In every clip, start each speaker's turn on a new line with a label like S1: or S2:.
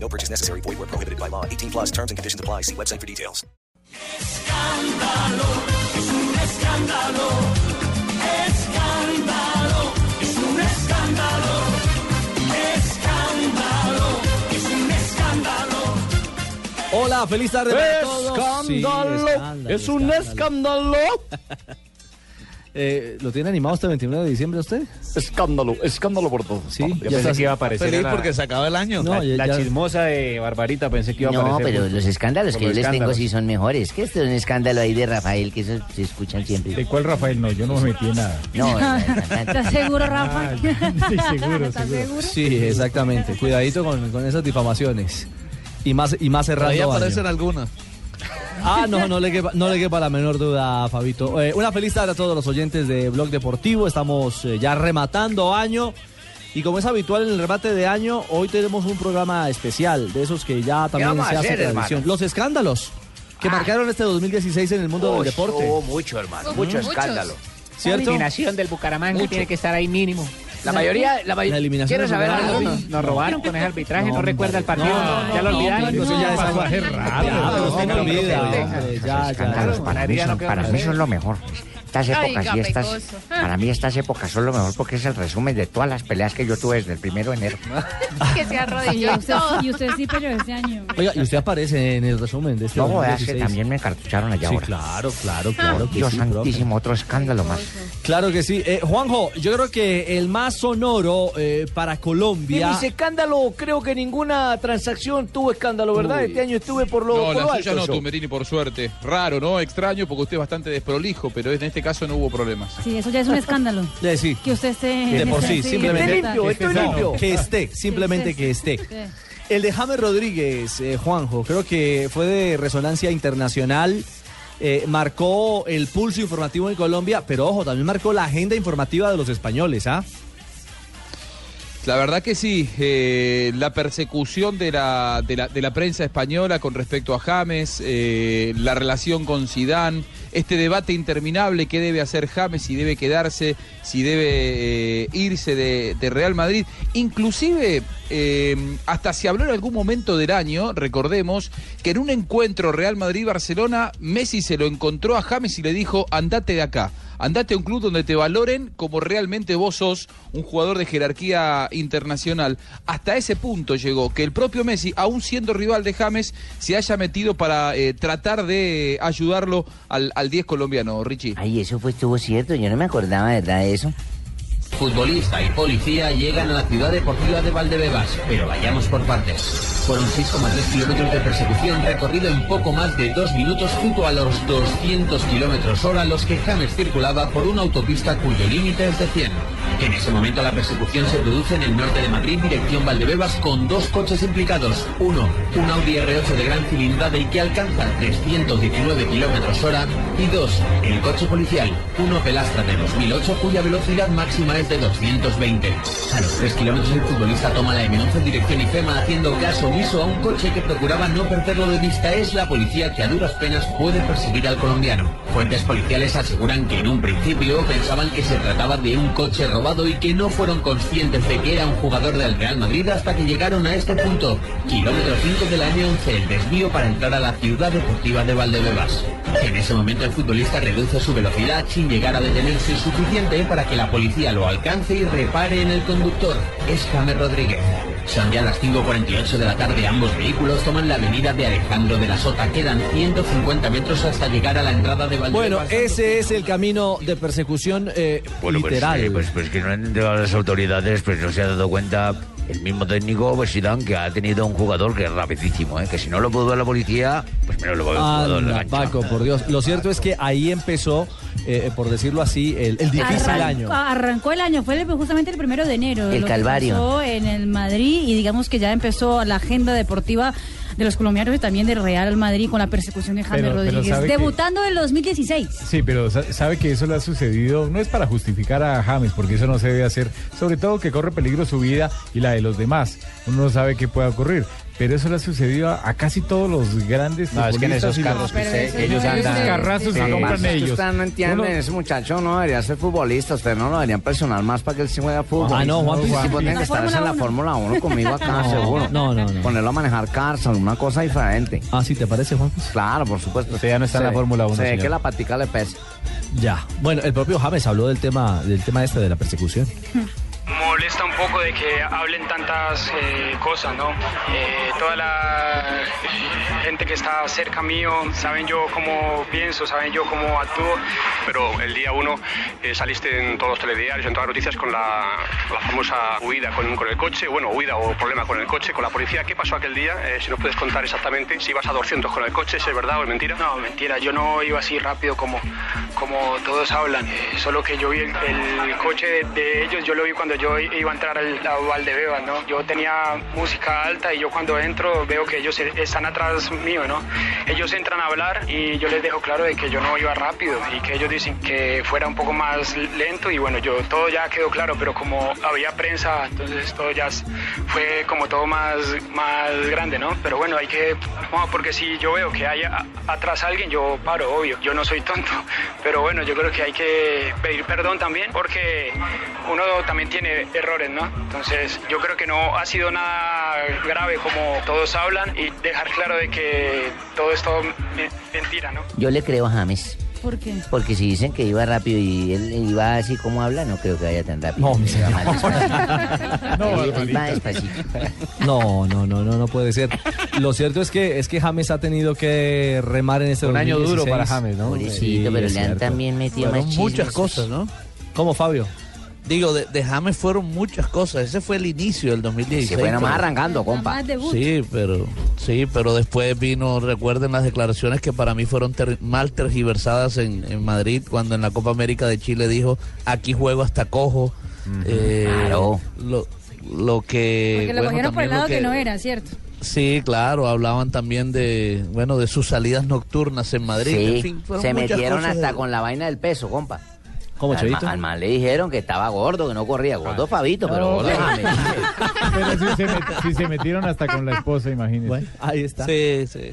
S1: No purchase necessary. Void where prohibited by law. 18 plus terms and conditions apply. See website for details.
S2: Escándalo, es un escándalo. Escándalo, es un escándalo. Escándalo, es un escándalo.
S3: Hola, feliz tarde Este para todos. Sí, escándalo, escándalo. Eh, ¿Lo tiene animado hasta el 29 de diciembre usted?
S4: Escándalo, escándalo por todo.
S3: Sí,
S4: yo
S3: ya
S4: pensé
S3: está.
S4: que iba a aparecer.
S5: feliz
S4: la-
S5: porque se acaba el año.
S3: No,
S4: la,
S3: ya-
S4: la
S3: ya-
S4: chismosa de Barbarita, pensé que iba a
S6: No,
S4: aparecer.
S6: pero
S4: justo.
S6: los escándalos que
S4: Por los
S6: yo les tengo
S4: escándalos.
S6: sí son mejores. Que este es un escándalo ahí de Rafael, que eso se escuchan
S7: ¿De
S6: siempre.
S7: cuál Rafael? No, yo no me metí en nada.
S6: No, no, no, no, no.
S8: ¿Estás seguro, Rafa?
S7: Sí, seguro,
S8: ¿Estás
S7: seguro.
S8: seguro?
S3: Sí, exactamente. Cuidadito con, con esas difamaciones. Y más, y más cerrando
S5: Ahí
S3: año.
S5: aparecen algunas.
S3: Ah, no, no le, quepa, no le quepa la menor duda, Fabito. Eh, una feliz tarde a todos los oyentes de Blog Deportivo. Estamos eh, ya rematando año. Y como es habitual en el remate de año, hoy tenemos un programa especial de esos que ya también
S6: vamos
S3: se
S6: a
S3: hace
S6: hacer, Ah.
S3: tradición. Los escándalos que marcaron este 2016 en el mundo del deporte.
S6: Oh, mucho, hermano. Mucho escándalo.
S3: ¿Cierto?
S4: eliminación del Bucaramanga tiene que estar ahí mínimo.
S6: La mayoría, la
S3: La
S6: mayoría.
S3: eliminación
S6: Quiero
S3: del
S6: saber
S3: Bucaramanga.
S6: algo.
S4: Nos robaron con ese arbitraje, no, recuerda el partido,
S3: no,
S4: ya lo olvidaron.
S3: Eso ya es algo-
S7: Pasaje raro.
S3: Ya,
S7: Los
S3: no,
S7: que
S3: hombre,
S7: no
S3: olvida,
S7: lo
S3: hombre,
S7: dejan.
S3: ya, ya.
S6: Escándalos para mí, son, para mí son lo mejor. Estas épocas y estas, para mí estas épocas son lo mejor porque es el resumen de todas las peleas que yo tuve desde el primero de enero.
S8: Sí, usted, y usted sí, pero este año.
S3: Oiga, y usted aparece en el resumen de este
S6: No, jodas, que
S3: 2016.
S6: también me encartucharon allá
S3: Sí,
S6: ahora. Ah,
S3: claro, claro, claro. que
S6: Dios
S3: sí, profe.
S6: santísimo, otro escándalo más.
S3: Claro que sí. Eh, Juanjo, yo creo que el más sonoro eh, para
S4: Y
S3: Colombia.
S4: mis escándalo, creo que ninguna transacción tuvo escándalo, ¿verdad? Este año estuve por lo,
S5: No,
S4: por lo
S5: la
S4: alto.
S5: suya no,
S4: yo.
S5: Tumberini, por suerte. Raro, ¿no? Extraño, porque usted es bastante desprolijo, pero en este caso no hubo problemas.
S8: Sí, eso ya es un escándalo.
S3: Eh, sí,
S8: Que usted esté.
S3: de por sí, simplemente.
S4: esté limpio, esté
S3: No,
S4: limpio.
S3: que esté, simplemente que esté. El de James Rodríguez, eh, Juanjo, creo que fue de resonancia internacional. eh, marcó el pulso informativo en Colombia, pero ojo, también marcó la agenda informativa de los españoles, ¿ah?
S5: La verdad que sí, eh, la persecución de la, de, la, de la prensa española con respecto a James, eh, la relación con Sidán, este debate interminable que debe hacer James, si debe quedarse, si debe eh, irse de, de Real Madrid. Inclusive, eh, hasta se habló en algún momento del año, recordemos, que en un encuentro Real Madrid-Barcelona, Messi se lo encontró a James y le dijo, andate de acá. Andate a un club donde te valoren como realmente vos sos un jugador de jerarquía internacional. Hasta ese punto llegó que el propio Messi, aún siendo rival de James, se haya metido para eh, tratar de ayudarlo al, al 10 colombiano, Richie.
S6: Ay, eso fue estuvo cierto. Yo no me acordaba, ¿verdad? De eso.
S9: Futbolista y policía llegan a la ciudad deportiva de Valdebebas, pero vayamos por partes. Fueron 6,3 kilómetros de persecución recorrido en poco más de dos minutos junto a los 200 kilómetros hora a los que James circulaba por una autopista cuyo límite es de 100. En ese momento la persecución se produce en el norte de Madrid, dirección Valdebebas, con dos coches implicados. Uno, un Audi R8 de gran cilindrada y que alcanza 319 kilómetros hora. Y dos, el coche policial, un Opel Astra de 2008 cuya velocidad máxima es de 220. A los 3 kilómetros el futbolista toma la M11 en dirección IFEMA haciendo caso omiso a un coche que procuraba no perderlo de vista. Es la policía que a duras penas puede perseguir al colombiano. Fuentes policiales aseguran que en un principio pensaban que se trataba de un coche robado y que no fueron conscientes de que era un jugador del Real Madrid hasta que llegaron a este punto. Kilómetro 5 de la M11, el desvío para entrar a la ciudad deportiva de Valdebebas. En ese momento el futbolista reduce su velocidad sin llegar a detenerse suficiente para que la policía lo alcance y repare en el conductor. Es James Rodríguez. Son ya las 5.48 de la tarde. Ambos vehículos toman la avenida de Alejandro de la Sota. Quedan 150 metros hasta llegar a la entrada de Valdebebas.
S3: Bueno, ese es el camino de persecución eh,
S10: Bueno, pues,
S3: literal.
S10: eh, pues, pues que no han entrado las autoridades, pues no se ha dado cuenta el mismo técnico, pues Zidane, que ha tenido un jugador que es rapidísimo, ¿eh? que si no lo pudo ver la policía, pues menos lo va a ver un jugador en la
S3: Anda,
S10: cancha.
S3: Ah, Paco, por Dios. Lo cierto es que ahí empezó, eh, por decirlo así, el, el difícil
S8: Arrancó-
S3: año.
S8: Arrancó el año, fue el- justamente el primero de enero.
S6: El
S8: lo que
S6: calvario.
S8: pasó en el Madrid y digamos que ya empezó la agenda deportiva de los colombianos y también del Real Madrid con la persecución de James
S7: Pero- pero
S8: Rodríguez,
S7: sabe que-
S8: debutando en el 2016.
S7: Sí, pero sa- sabe que eso le ha sucedido, no es para justificar a James, porque eso no se debe hacer, sobre todo que corre peligro su vida y la de los demás. Uno no sabe qué pueda ocurrir, pero eso le ha sucedido a, a casi todos los grandes
S11: No, es que en
S7: futbolistas
S11: esos
S7: y los-
S11: carros que usted- ellos
S7: Esos
S11: andan.
S7: carrazos que
S11: Sí,
S7: compran
S11: es que
S7: ellos.
S11: Ustedes no entienden,
S7: Uno-
S11: ese muchacho no debería ser futbolista, ustedes no lo deberían presionar más para que él sí juegue a fútbol.
S3: Ah, no, Juanpi,
S11: Juan
S3: sí.
S11: tipo tiene que
S3: La
S11: estar en la Fórmula 1 conmigo acá,
S3: No,
S11: seguro.
S3: no, no, no.
S11: Ponerlo a manejar cárcel, una cosa diferente.
S3: Ah, ¿sí te parece, Juan?
S11: Claro, por supuesto. Usted
S3: ya no está en la Fórmula 1,
S11: Se ve
S3: señor.
S11: que la patica le pesa.
S3: Ya. Bueno, el propio James habló del tema, del tema este de la persecución.
S12: molesta un poco de que hablen tantas eh, cosas, ¿no? Eh, toda la gente que está cerca mío, saben yo cómo pienso, saben yo cómo actúo.
S13: Pero el día uno eh, saliste en todos los telediarios, en todas las noticias con la, la famosa huida con, con el coche, bueno, huida o problema con el coche, con la policía. ¿Qué pasó aquel día? Eh, si nos puedes contar exactamente si ibas a 200 con el coche, si es verdad o es mentira.
S12: No, mentira, yo no iba así rápido como, como todos hablan, eh, solo que yo vi el, el coche de, de ellos, yo lo vi cuando yo i- iba a entrar al a Valdebebas, ¿no? Yo tenía música alta y yo cuando entro veo que ellos e- están atrás mío, ¿no? Ellos entran a hablar y yo les dejo claro de que yo no iba rápido y que ellos dicen que fuera un poco más lento y bueno, yo todo ya quedó claro, pero como había prensa, entonces todo ya s- fue como todo más, más grande, ¿no? Pero bueno, hay que, no, porque si yo veo que hay a- atrás alguien, yo paro, obvio, yo no soy tonto, pero bueno, yo creo que hay que pedir perdón también porque uno también tiene errores, ¿no? Entonces yo creo que no ha sido nada grave como todos hablan y dejar claro de que todo esto es mentira, ¿no?
S14: Yo le creo a James.
S8: ¿Por qué?
S14: Porque si dicen que iba rápido y él iba así como habla, no creo que vaya tan rápido. No, él, él va despacito.
S3: No, no, no, no, no puede ser. Lo cierto es que es que James ha tenido que remar en este
S14: Un año duro
S3: 2016.
S14: para James, ¿no? Pobrecito, pero
S3: es
S14: le han
S3: cierto.
S14: también metido
S15: Fueron
S14: más
S15: muchas
S14: chismes.
S15: cosas, ¿no?
S3: ¿Cómo, Fabio?
S15: Digo, de, de James fueron muchas cosas. Ese fue el inicio del 2016.
S11: Se fue nomás
S15: pero-
S11: arrancando, compa.
S8: Más debut.
S15: Sí, pero sí, pero después vino, recuerden las declaraciones que para mí fueron ter- mal tergiversadas en, en Madrid cuando en la Copa América de Chile dijo aquí juego hasta cojo. Eh,
S14: Claro.
S15: Lo, lo que
S8: Porque lo
S15: bueno,
S8: cogieron por
S15: también
S8: el
S15: lo
S8: lado que...
S15: que-
S8: no era, ¿cierto?
S15: Sí, claro, hablaban también de bueno de sus salidas nocturnas en Madrid.
S11: Sí,
S15: en fin, fueron
S11: se
S15: muchas
S11: metieron
S15: cosas
S11: hasta
S15: de-
S11: con Ah, la vaina del peso, compa.
S3: ¿Cómo,
S11: al,
S3: Chavito?
S11: ma- al man le dijeron que estaba gordo, que no corría. Gordo Fabito, pero gordo James.
S7: Pero si se, met- si se metieron hasta con la esposa, imagínense.
S3: ahí está.
S15: Sí, sí.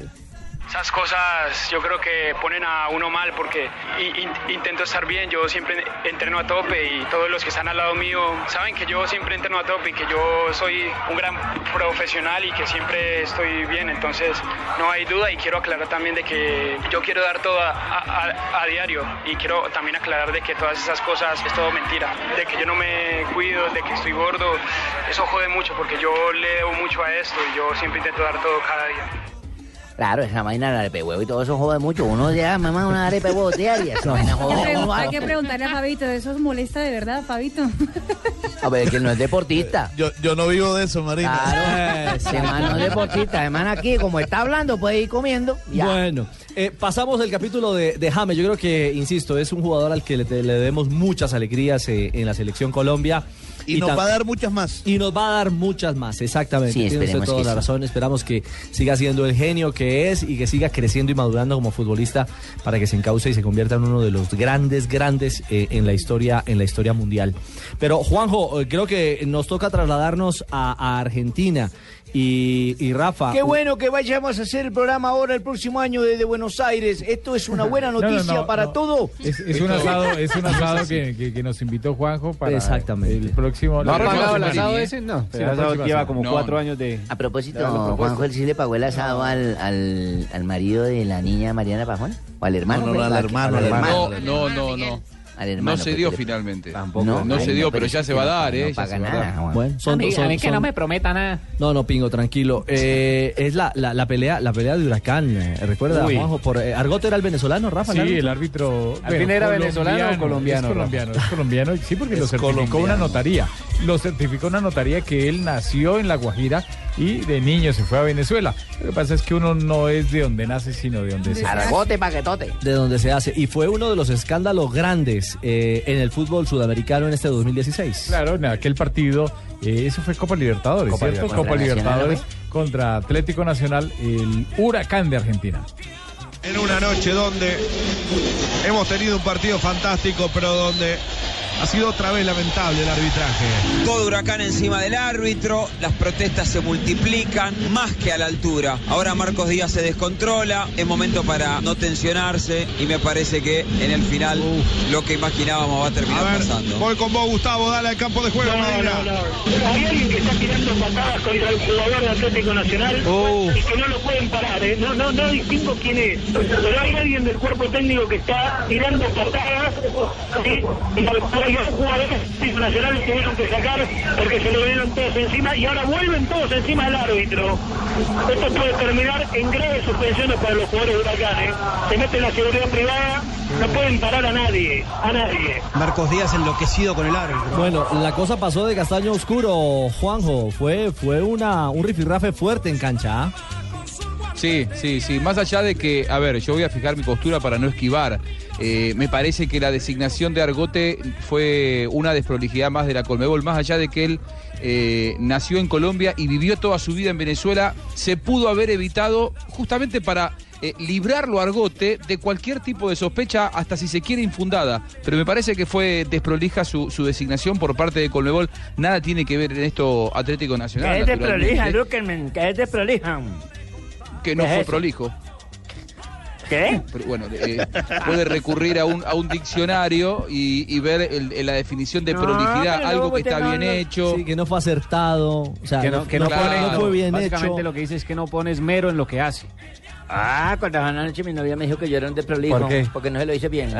S12: Esas cosas yo creo que ponen a uno mal porque i- in- intento estar bien, yo siempre entreno a tope y todos los que están al lado mío saben que yo siempre entreno a tope y que yo soy un gran profesional y que siempre estoy bien, entonces no hay duda y quiero aclarar también de que yo quiero dar todo a, a- a- a diario y quiero también aclarar de que todas esas cosas es todo mentira, de que yo no me cuido, de que estoy gordo, eso jode mucho porque yo le debo mucho a esto y yo siempre intento dar todo cada día.
S11: Claro, esa vaina de arepe huevo y todo eso jode mucho. Uno ya, mamá, una arepe huevo diaria. Esa vaina
S8: Hay
S11: jode
S8: que
S11: a uno.
S8: pregun- Hay que preguntarle a Fabito, ¿eso os molesta de verdad, Fabito?
S11: A ver, que no Ah, es deportista.
S15: Yo, yo no vivo de eso, Marina.
S11: Claro, ese man no es deportista. Además, aquí, como está hablando, puede ir comiendo. Ya.
S3: Bueno, eh, pasamos el capítulo de, de James. Yo creo que, insisto, es un jugador al que le, le debemos muchas alegrías eh, en la selección Colombia.
S15: Y nos
S3: tam-
S15: va a dar muchas más.
S3: Y nos va a dar muchas más, exactamente.
S15: Sí,
S3: Tiene usted
S15: esperemos
S3: toda
S15: que
S3: la
S15: sí.
S3: razón. Esperamos que siga siendo el genio que es y que siga creciendo y madurando como futbolista para que se encauce y se convierta en uno de los grandes, grandes eh, en la historia, en la historia mundial. Pero Juanjo, eh, creo que nos toca trasladarnos a, a Argentina y, y Rafa.
S4: Qué bueno que vayamos a hacer el programa ahora el próximo año desde Buenos Aires. Esto es una buena
S7: No, no,
S4: noticia
S7: no,
S4: para
S7: no.
S4: todo.
S7: Es, es un asado, es un asado que, que- que nos invitó Juanjo para
S3: Exactamente.
S7: el próximo.
S3: ¿No ha
S7: la próxima
S3: pagado el
S7: semana.
S3: asado ese? No.
S7: Sí,
S3: El
S7: la
S3: asado lleva
S7: próxima semana.
S3: como
S7: No,
S3: cuatro
S7: no.
S3: años de-
S14: A
S3: de haberlo
S14: propósito,
S3: propuesto.
S14: Juanjo, él sí le pagó el asado al, al, al marido de la niña Mariana Pajón. ¿O al hermano?
S5: No, no, no,
S14: pues,
S5: al
S14: ¿a-
S5: hermano,
S14: al
S5: al
S14: hermano?
S5: hermano. No, no, no.
S14: Al hermano,
S5: no se
S14: pues,
S5: dio
S14: que le-
S5: finalmente.
S14: No,
S5: No,
S14: ay,
S5: se dio,
S14: no,
S5: pero,
S14: pero
S5: ya
S14: es
S5: se
S14: que
S5: va a
S14: no-
S5: dar,
S14: no
S5: ¿eh? ya
S14: paga
S5: se va a
S14: nada,
S5: dar.
S14: Juan.
S3: Bueno, son-
S16: a mí,
S3: son-
S16: a mí que
S3: son-
S16: no me prometa nada.
S3: No, no, Pingo, tranquilo. Eh, es la, la, la pelea, la pelea de Huracán, eh, recuerda,
S7: Uy.
S3: Juanjo, por, eh, Argote era el venezolano, Rafa.
S7: Sí, el árbitro.
S3: ¿Al fin era venezolano o colombiano,
S7: Es colombiano, es colombiano. Sí, porque
S3: Es
S7: lo certificó
S3: colombiano.
S7: una notaría. Lo certificó una notaría que él nació en La Guajira y de niño se fue a Venezuela. Lo que pasa es que uno no es de donde nace, sino de donde se
S11: Argote, paquetote.
S3: de donde se hace. Y fue uno de los escándalos grandes eh, en el fútbol sudamericano en este 2016.
S7: Claro, en aquel partido, eh, eso fue Copa Libertadores,
S3: Copa
S7: ¿cierto?
S3: Libertadores.
S7: Copa
S3: Contra
S9: ¿eh?
S7: Libertadores
S3: Nacional,
S7: contra Atlético Nacional, el huracán de Argentina.
S16: En una noche donde hemos tenido un partido fantástico, pero donde ha sido otra vez lamentable el arbitraje.
S17: Todo huracán encima del árbitro, las protestas se multiplican más que a la altura. Ahora Marcos Díaz se descontrola, es momento para no tensionarse y me parece que en el final lo que imaginábamos va a terminar pasando.
S16: Voy con vos, Gustavo, dale al campo de juego, Medina.
S18: Hay alguien que está tirando patadas contra el jugador de Atlético Nacional
S5: Uh.
S18: y que no lo pueden parar, ¿eh? no, no, no distingo quién es. Pero hay alguien del cuerpo técnico que está tirando patadas ¿sí? y al- hay dos jugadores de Atlético Nacional que tuvieron que sacar porque se lo dieron todos encima y ahora vuelven todos encima del árbitro. Esto puede terminar en graves suspensiones para los jugadores de Huracán. ¿eh? Se mete la seguridad privada, no pueden parar a nadie, a nadie.
S19: Marcos Díaz enloquecido con el árbitro.
S3: Bueno, la cosa pasó de castaño oscuro, Juanjo. Fue, fue una, un rifirrafe fuerte en cancha. ¿ah?
S5: Sí, sí, sí. Más allá de que, a ver, yo voy a fijar mi postura para no esquivar. Eh, me parece que la designación de Argote fue una desprolijidad más de la Colmebol. Más allá de que él eh, nació en Colombia y vivió toda su vida en Venezuela, se pudo haber evitado justamente para eh, librarlo a Argote de cualquier tipo de sospecha, hasta si se quiere infundada. Pero me parece que fue desprolija su, su designación por parte de Colmebol. Nada tiene que ver en esto Atlético Nacional.
S20: Que es de
S5: naturalmente, ¿eh?
S20: prolija, Luckerman, que es de prolija.
S5: que no
S20: ¿Qué es
S5: fue
S20: eso?
S5: prolijo.
S20: ¿Qué?
S5: Pero bueno, eh, puede recurrir a un, a un diccionario y, y ver el- el- la definición de
S3: No,
S5: prolijidad,
S3: pero
S5: algo
S3: luego
S5: que
S3: usted
S5: está
S3: no-
S5: bien
S3: no-
S5: hecho.
S3: Sí, que no fue acertado. O sea,
S21: que
S3: no,
S21: no, que
S3: no
S21: no
S3: fue-
S21: pone-
S3: no fue bien
S21: básicamente
S3: hecho.
S21: lo que dice es que no pones mero en lo que hace.
S11: Ah, cuando anoche mi novia me dijo que yo era un desprolijo.
S21: ¿Por qué?
S11: Porque no se lo hice bien.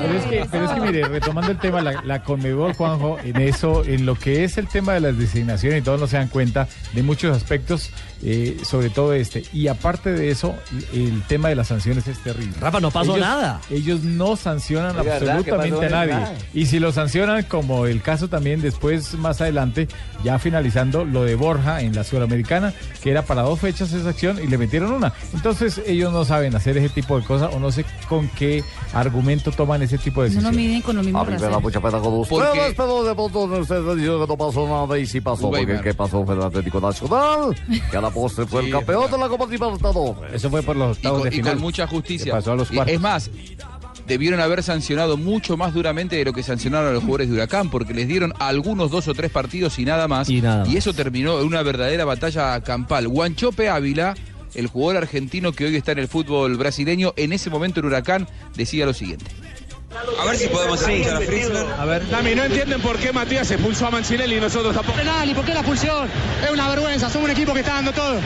S7: Pero es, que, pero es que, mire, retomando el tema, la, la Conmebol, Juanjo, en eso, en lo que es el tema de las designaciones y todos no se dan cuenta de muchos aspectos, eh, sobre todo este. Y aparte de eso, el tema de las sanciones es terrible.
S3: Rafa, no pasó
S7: Ellos-
S3: nada.
S7: Ellos no sancionan
S3: Oiga, ¿verdad? ¿Qué
S7: absolutamente a
S3: pasó?
S7: nadie.
S3: Nada.
S7: Y si lo sancionan, como el caso también después, más adelante, ya finalizando lo de Borja en la Sudamericana, que era para dos fechas esa acción y le metieron una. Entonces ellos no saben hacer ese tipo de cosas o no sé con qué argumento toman ese tipo de
S3: Pues
S8: No nos
S7: decisiones.
S8: miden con lo
S11: Ah,
S8: mismo razón.
S22: mucha pena con
S7: ¿Por
S22: ustedes,
S7: qué?
S22: pero de pronto ustedes han dicho que no pasó nada y sí pasó,
S7: Uy,
S22: porque
S7: Weimar.
S22: ¿qué pasó fue el Atlético Nacional? Que a la postre fue el campeón de la Copa Libertadores.
S7: Eso fue por los
S5: y con, y con mucha justicia.
S22: Que pasó a los
S5: Y-
S22: cuartos.
S5: es más, debieron haber sancionado mucho más duramente de lo que sancionaron a los jugadores de Huracán, porque les dieron algunos dos o tres partidos y nada más. Y, eso terminó en una verdadera batalla campal. Guanchope Ávila. El jugador argentino que hoy está en el fútbol brasileño, en ese momento en Huracán, decía lo siguiente.
S17: A ver si podemos escuchar a Fritzler.
S16: A ver. Dami, no entienden por qué Matías expulsó a Mancinelli y nosotros tampoco.
S19: Penal, ¿y por qué la expulsión? Es una vergüenza, somos un equipo que está dando todo.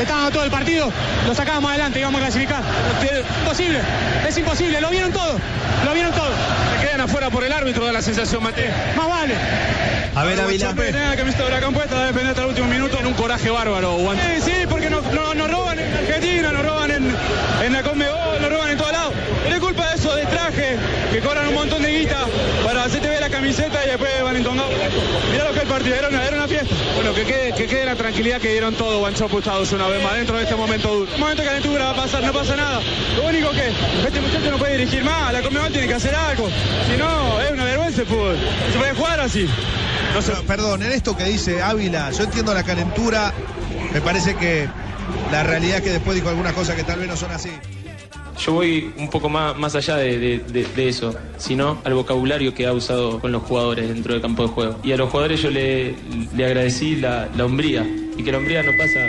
S19: Está dando todo el partido, lo sacábamos adelante, íbamos a clasificar. Imposible, es imposible, lo vieron todo, lo vieron todo.
S16: Se quedan afuera por el árbitro de la sensación, Matías.
S19: Más vale. Pues.
S16: A ver, Ávila. La camiseta de Huracán puesta debe defender hasta el último minuto en un coraje bárbaro. Sí, sí, porque nos, no- nos roban en Argentina, nos roban en, en la Conmebol, nos roban en todos lados. Pero es culpa de esos de traje que cobran un montón de guita para hacerte ver la camiseta y después van entongados. Mirá lo que el partido, era una, era una fiesta. Bueno, que quede, que quede la tranquilidad que dieron todo Guanchopo Estados una vez más dentro de este momento duro. Momento de calentura va a pasar, no pasa nada. Lo único que este muchacho no puede dirigir más, la Conmebol tiene que hacer algo. Si no, es una vergüenza el fútbol. Se puede jugar así.
S23: No, Perdón, en esto que dice Ávila, yo entiendo la calentura, me parece que la realidad es que después dijo algunas cosas que tal vez no son así.
S24: Yo voy un poco más, más allá de, de- de- de eso, sino al vocabulario que ha usado con los jugadores dentro del campo de juego. Y a los jugadores yo le, le agradecí la, la hombría, y que la hombría no pasa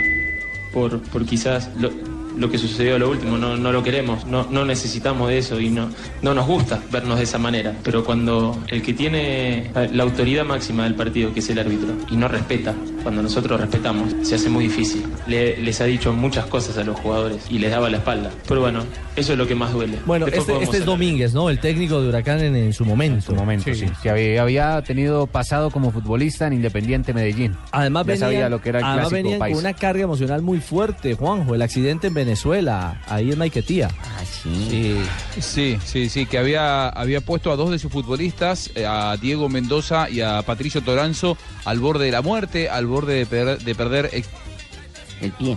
S24: por, por quizás lo, lo que sucedió a lo último, no, no lo queremos, no, no necesitamos de eso y no, no nos gusta vernos de esa manera. Pero cuando el que tiene la- la autoridad máxima del partido, que es el árbitro, y no respeta, cuando nosotros respetamos, se hace muy difícil. Le- les ha dicho muchas cosas a los jugadores y les daba la espalda. Pero bueno, eso es lo que más duele.
S3: Bueno,
S24: Después
S3: este,
S24: podemos
S3: este es
S24: hablar.
S3: Domínguez, ¿no? El técnico de Huracán en, en su momento. En su
S21: momento, sí. Que había, había tenido pasado como futbolista en Independiente Medellín.
S3: Además,
S21: Ya
S3: venían,
S21: sabía lo que era el
S3: además
S21: clásico
S3: venían con
S21: paisa.
S22: Ah,
S3: una carga emocional muy fuerte, Juanjo. El accidente en Venezuela, ahí en Maiquetía.
S5: Sí. sí, sí, sí, que había, había puesto a dos de sus futbolistas, eh, a Diego Mendoza y a Patricio Toranzo, al borde de la muerte, al borde de, per- de perder ex-
S14: El pie.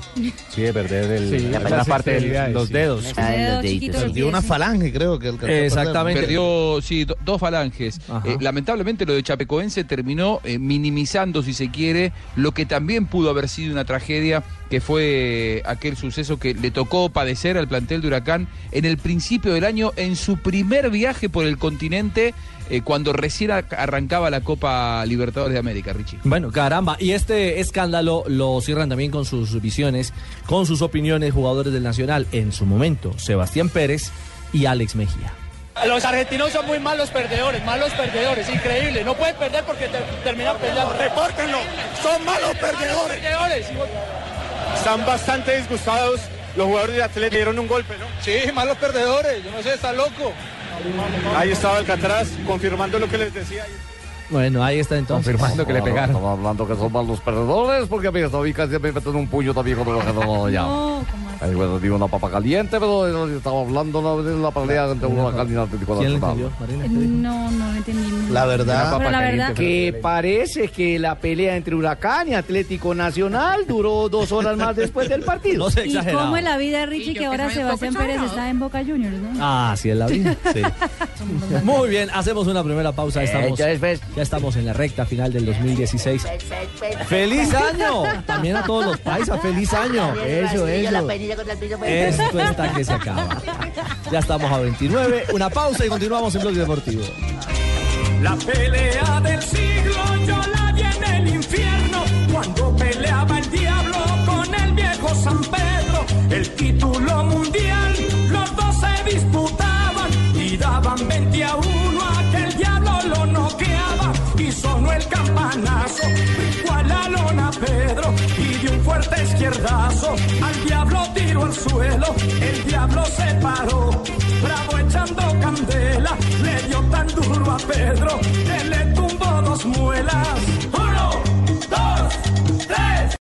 S7: Sí, de perder el,
S5: Sí,
S7: las
S5: la parte del-
S7: extremidades,
S5: los
S7: sí.
S5: dedos. Ah, los Dedo deditos. chiquito del
S1: Perdió
S5: pie,
S1: una
S5: sí.
S1: falange, creo que alcanzó a perder, ¿no?
S5: Perdió, sí, do- dos falanges. Eh, lamentablemente lo de Chapecoense terminó eh, minimizando, si se quiere, lo que también pudo haber sido una tragedia, que fue eh, aquel suceso que le tocó padecer al plantel de Huracán en el principio del año, en su primer viaje por el continente, eh, cuando recién a- arrancaba la Copa Libertadores de América, Richie.
S3: Bueno, caramba. Y este escándalo lo cierran también con sus visiones, con sus opiniones jugadores del Nacional en su momento, Sebastián Pérez y Alex Mejía.
S25: Los argentinos son muy malos perdedores, malos perdedores, increíble. No pueden perder porque te- terminan peleando. Repórtenlo, son malos perdedores.
S2: Están bastante disgustados. Los jugadores de Atlético le dieron un golpe, ¿no? Sí, malos perdedores. Yo no sé, está loco. Ahí estaba Alcatraz confirmando lo que les decía.
S3: Bueno, ahí está entonces.
S22: Confirmando que le pegaron. Estaba hablando que son malos perdedores porque a mí esta ubica siempre me meten un puño también cuando lo no, ya. Ahí, bueno, digo una papa caliente, pero él estaba hablando ¿no? de la pelea entre una candidata y con la otra.
S8: No, no lo entendí. muy bien. Pero la verdad.
S1: Que
S9: Eh, parece que la pelea entre Huracán y Atlético Nacional duró dos horas más después del partido.
S3: No se
S8: ¿Y cómo es la vida, Richie, que ahora Sebastián Pérez está en Boca Juniors, no?
S3: Ah, sí es la vida. Sí. Muy bien, hacemos una primera pausa.
S9: Eh,
S3: Estamos, ya estamos en la recta final del 2016. ¡Feliz año! También a todos los paisas, feliz año. Eso, eso.
S8: pues.
S3: Esto está que se acaba. Ya estamos a 29. Una pausa y continuamos en Bloque Deportivo.
S2: La pelea del siglo yo la vi en el infierno cuando peleaba el diablo con el viejo San Pedro. El título mundial los dos se disputaban y daban 20 a 1 a que el diablo lo noqueaba y sonó el campanazo. Brincó a la lona Pedro y dio un fuerte izquierdazo. Al diablo tiró al suelo, el diablo se paró